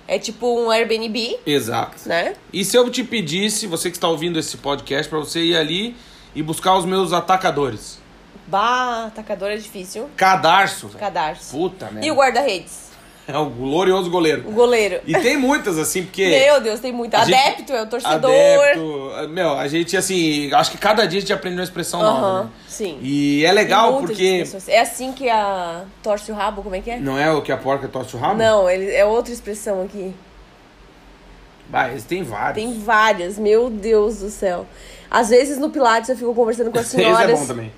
S3: é tipo um Airbnb,
S1: Exato.
S3: né?
S1: E se eu te pedisse, você que está ouvindo esse podcast, pra você ir ali e buscar os meus atacadores?
S3: Bah, atacador é difícil.
S1: Cadarço, velho.
S3: Cadarço.
S1: Puta merda.
S3: E o guarda-redes?
S1: É o glorioso
S3: O
S1: goleiro.
S3: goleiro.
S1: E tem muitas, assim, porque...
S3: Meu Deus, tem muito.
S1: A gente-
S3: Adepto é o torcedor.
S1: Adepto. Meu, a gente, assim, acho que cada dia a gente aprende uma expressão nova,
S3: Aham,
S1: né?
S3: sim.
S1: E é
S3: Tem
S1: legal
S3: muitas
S1: porque...
S3: expressões. É assim que a. Torce o rabo, como é que é?
S1: Não é o que a porca torce o rabo?
S3: Não, ele... é outra expressão aqui.
S1: Bah, eles têm vários.
S3: Tem várias, meu Deus do céu. Às vezes no Pilates eu fico conversando com as
S1: Esse
S3: senhoras.
S1: é bom também.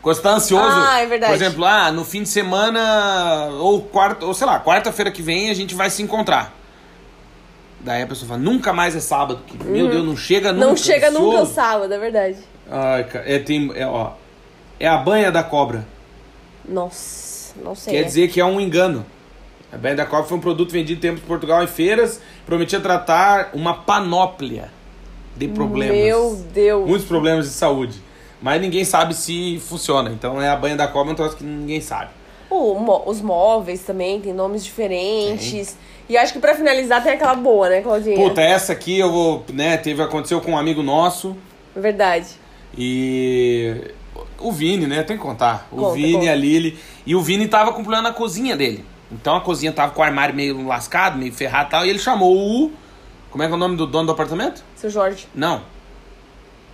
S1: Quando você tá ansioso,
S3: Ah, é verdade.
S1: por exemplo, ah, no fim de semana, ou quarta, ou sei lá, quarta-feira que vem a gente vai se encontrar. Daí a pessoa fala, nunca mais é sábado. Que, Meu Deus, não chega nunca.
S3: Uhum. Não chega nunca o
S1: ansioso.
S3: sábado, é verdade.
S1: Ai, cara, é, tem, é, ó, é a banha da cobra.
S3: Nossa, não sei.
S1: Quer
S3: né?
S1: dizer que é um engano. A banha da cobra foi um produto vendido em tempos de Portugal em feiras, prometia tratar uma panóplia de problemas.
S3: Meu Deus.
S1: muitos problemas de saúde. Mas ninguém sabe se funciona. Então é a banha da cobra, é um troço que ninguém sabe.
S3: O mo- os móveis também tem nomes diferentes. E acho que pra finalizar tem aquela boa, né, Claudinha?
S1: Puta, essa aqui eu vou, né, teve aconteceu com um amigo nosso
S3: Verdade.
S1: e o Vini, né, tem que contar. O
S3: Conta,
S1: Vini,
S3: conta.
S1: a Lili, e o Vini tava com problema na cozinha dele. Então a cozinha tava com o armário meio lascado, meio ferrado e tal, e ele chamou o Como é que é o nome do dono do apartamento?
S3: Seu Jorge.
S1: Não.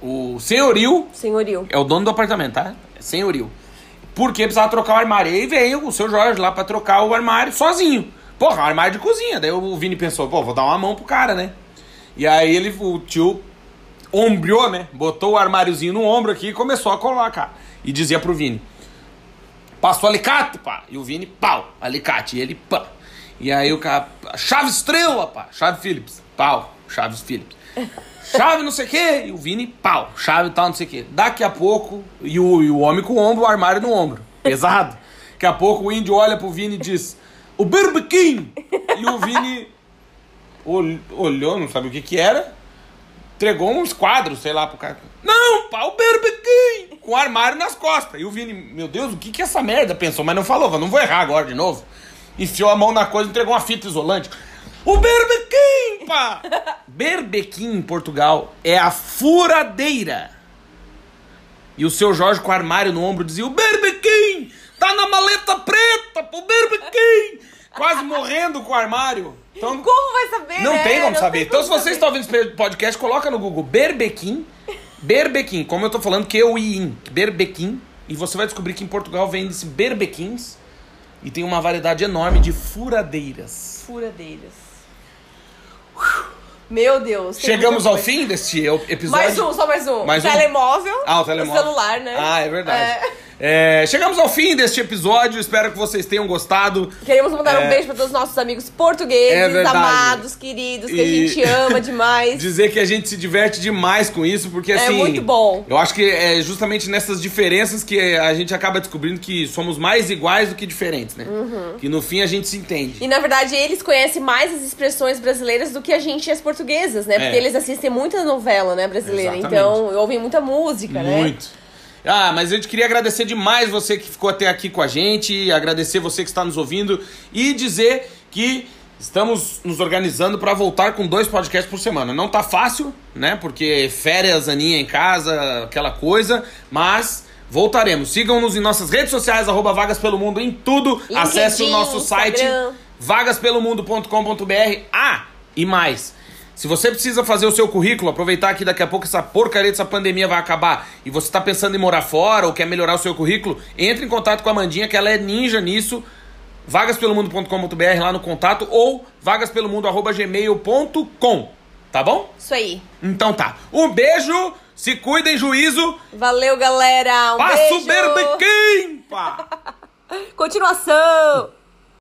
S1: O senhorio
S3: Senhorio.
S1: É o dono do apartamento, tá? É Senhorio. Porque precisava trocar o armário. E aí veio o seu Jorge lá pra trocar o armário sozinho. Porra, um armário de cozinha. Daí o Vini pensou, pô, vou dar uma mão pro cara, né? E aí ele, o tio ombreou, né? Botou o armáriozinho no ombro aqui e começou a colocar. E dizia pro Vini: Passou alicate, pá. E o Vini, pau, alicate. E ele, pá. E aí o cara, chave estrela, pá. Chave Phillips, pau, chave Phillips. Chave não sei o quê. E o Vini, pau, chave tal, não sei o quê. Daqui a pouco, e o, e o homem com o ombro, o armário no ombro. Pesado. Daqui a pouco o índio olha pro Vini e diz, o berbequim. E o Vini ol- olhou, não sabe o que que era. Entregou uns quadros, sei lá, pro cara. Não, pau berbequim! Com o armário nas costas. E o Vini, meu Deus, o que que é essa merda? Pensou, mas não falou, falou, não vou errar agora de novo. Enfiou a mão na coisa e entregou uma fita isolante. O berbequim, pá! berbequim em Portugal é a furadeira. E o seu Jorge com o armário no ombro dizia: O berbequim! Tá na maleta preta, pô, berbequim! Quase morrendo com o armário. Então,
S3: Como vai saber?
S1: não
S3: né?
S1: tem como
S3: Não
S1: saber.
S3: tem
S1: então,
S3: como
S1: se você está ouvindo esse podcast, coloca no Google Berbequim. Berbequim, como eu tô falando, que eu i in, Berbequim. E você vai descobrir que em Portugal vende-se berbequins e tem uma variedade enorme de furadeiras.
S3: Furadeiras. Meu Deus. tem
S1: Chegamos
S3: muita
S1: ao
S3: coisa.
S1: fim deste eu- episódio.
S3: Mais um, só mais um.
S1: Mais um?
S3: telemóvel.
S1: Ah, o telemóvel.
S3: celular, né?
S1: Ah, é verdade.
S3: É.
S1: É, chegamos ao fim deste episódio. Espero que vocês tenham gostado.
S3: Queremos mandar
S1: É.
S3: um beijo pra todos os nossos amigos portugueses,
S1: É verdade.
S3: amados, queridos, que
S1: E-
S3: a gente ama demais.
S1: dizer que a gente se diverte demais com isso, porque assim.
S3: É muito bom.
S1: Eu acho que é justamente nessas diferenças que a gente acaba descobrindo que somos mais iguais do que diferentes, né?
S3: Uhum.
S1: Que no fim a gente se entende.
S3: E na verdade eles conhecem mais as expressões brasileiras do que a gente e as portuguesas, né? Porque
S1: É.
S3: eles assistem muita novela, né, brasileira.
S1: Exatamente.
S3: Então, ouvem muita música, né?
S1: Muito. Ah, mas eu te queria agradecer demais você que ficou até aqui com a gente, agradecer você que está nos ouvindo e dizer que estamos nos organizando para voltar com dois podcasts por semana. Não tá fácil, né? Porque férias, Aninha em casa, aquela coisa, mas voltaremos. Sigam-nos em nossas redes sociais, arroba Vagas Pelo Mundo em tudo.
S3: LinkedIn,
S1: Acesse o nosso site
S3: Instagram.
S1: vagaspelomundo.com.br. Ah, e mais. Se você precisa fazer o seu currículo, aproveitar que daqui a pouco essa porcaria dessa pandemia vai acabar e você está pensando em morar fora ou quer melhorar o seu currículo, entre em contato com a Mandinha, que ela é ninja nisso. vagaspelomundo.com.br lá no contato ou vagaspelomundo.gmail.com, tá bom?
S3: Isso aí.
S1: Então tá. Um beijo, se cuidem, juízo.
S3: Valeu, galera. Um
S1: Passo
S3: beijo.
S1: verde quimpa!
S3: Continuação.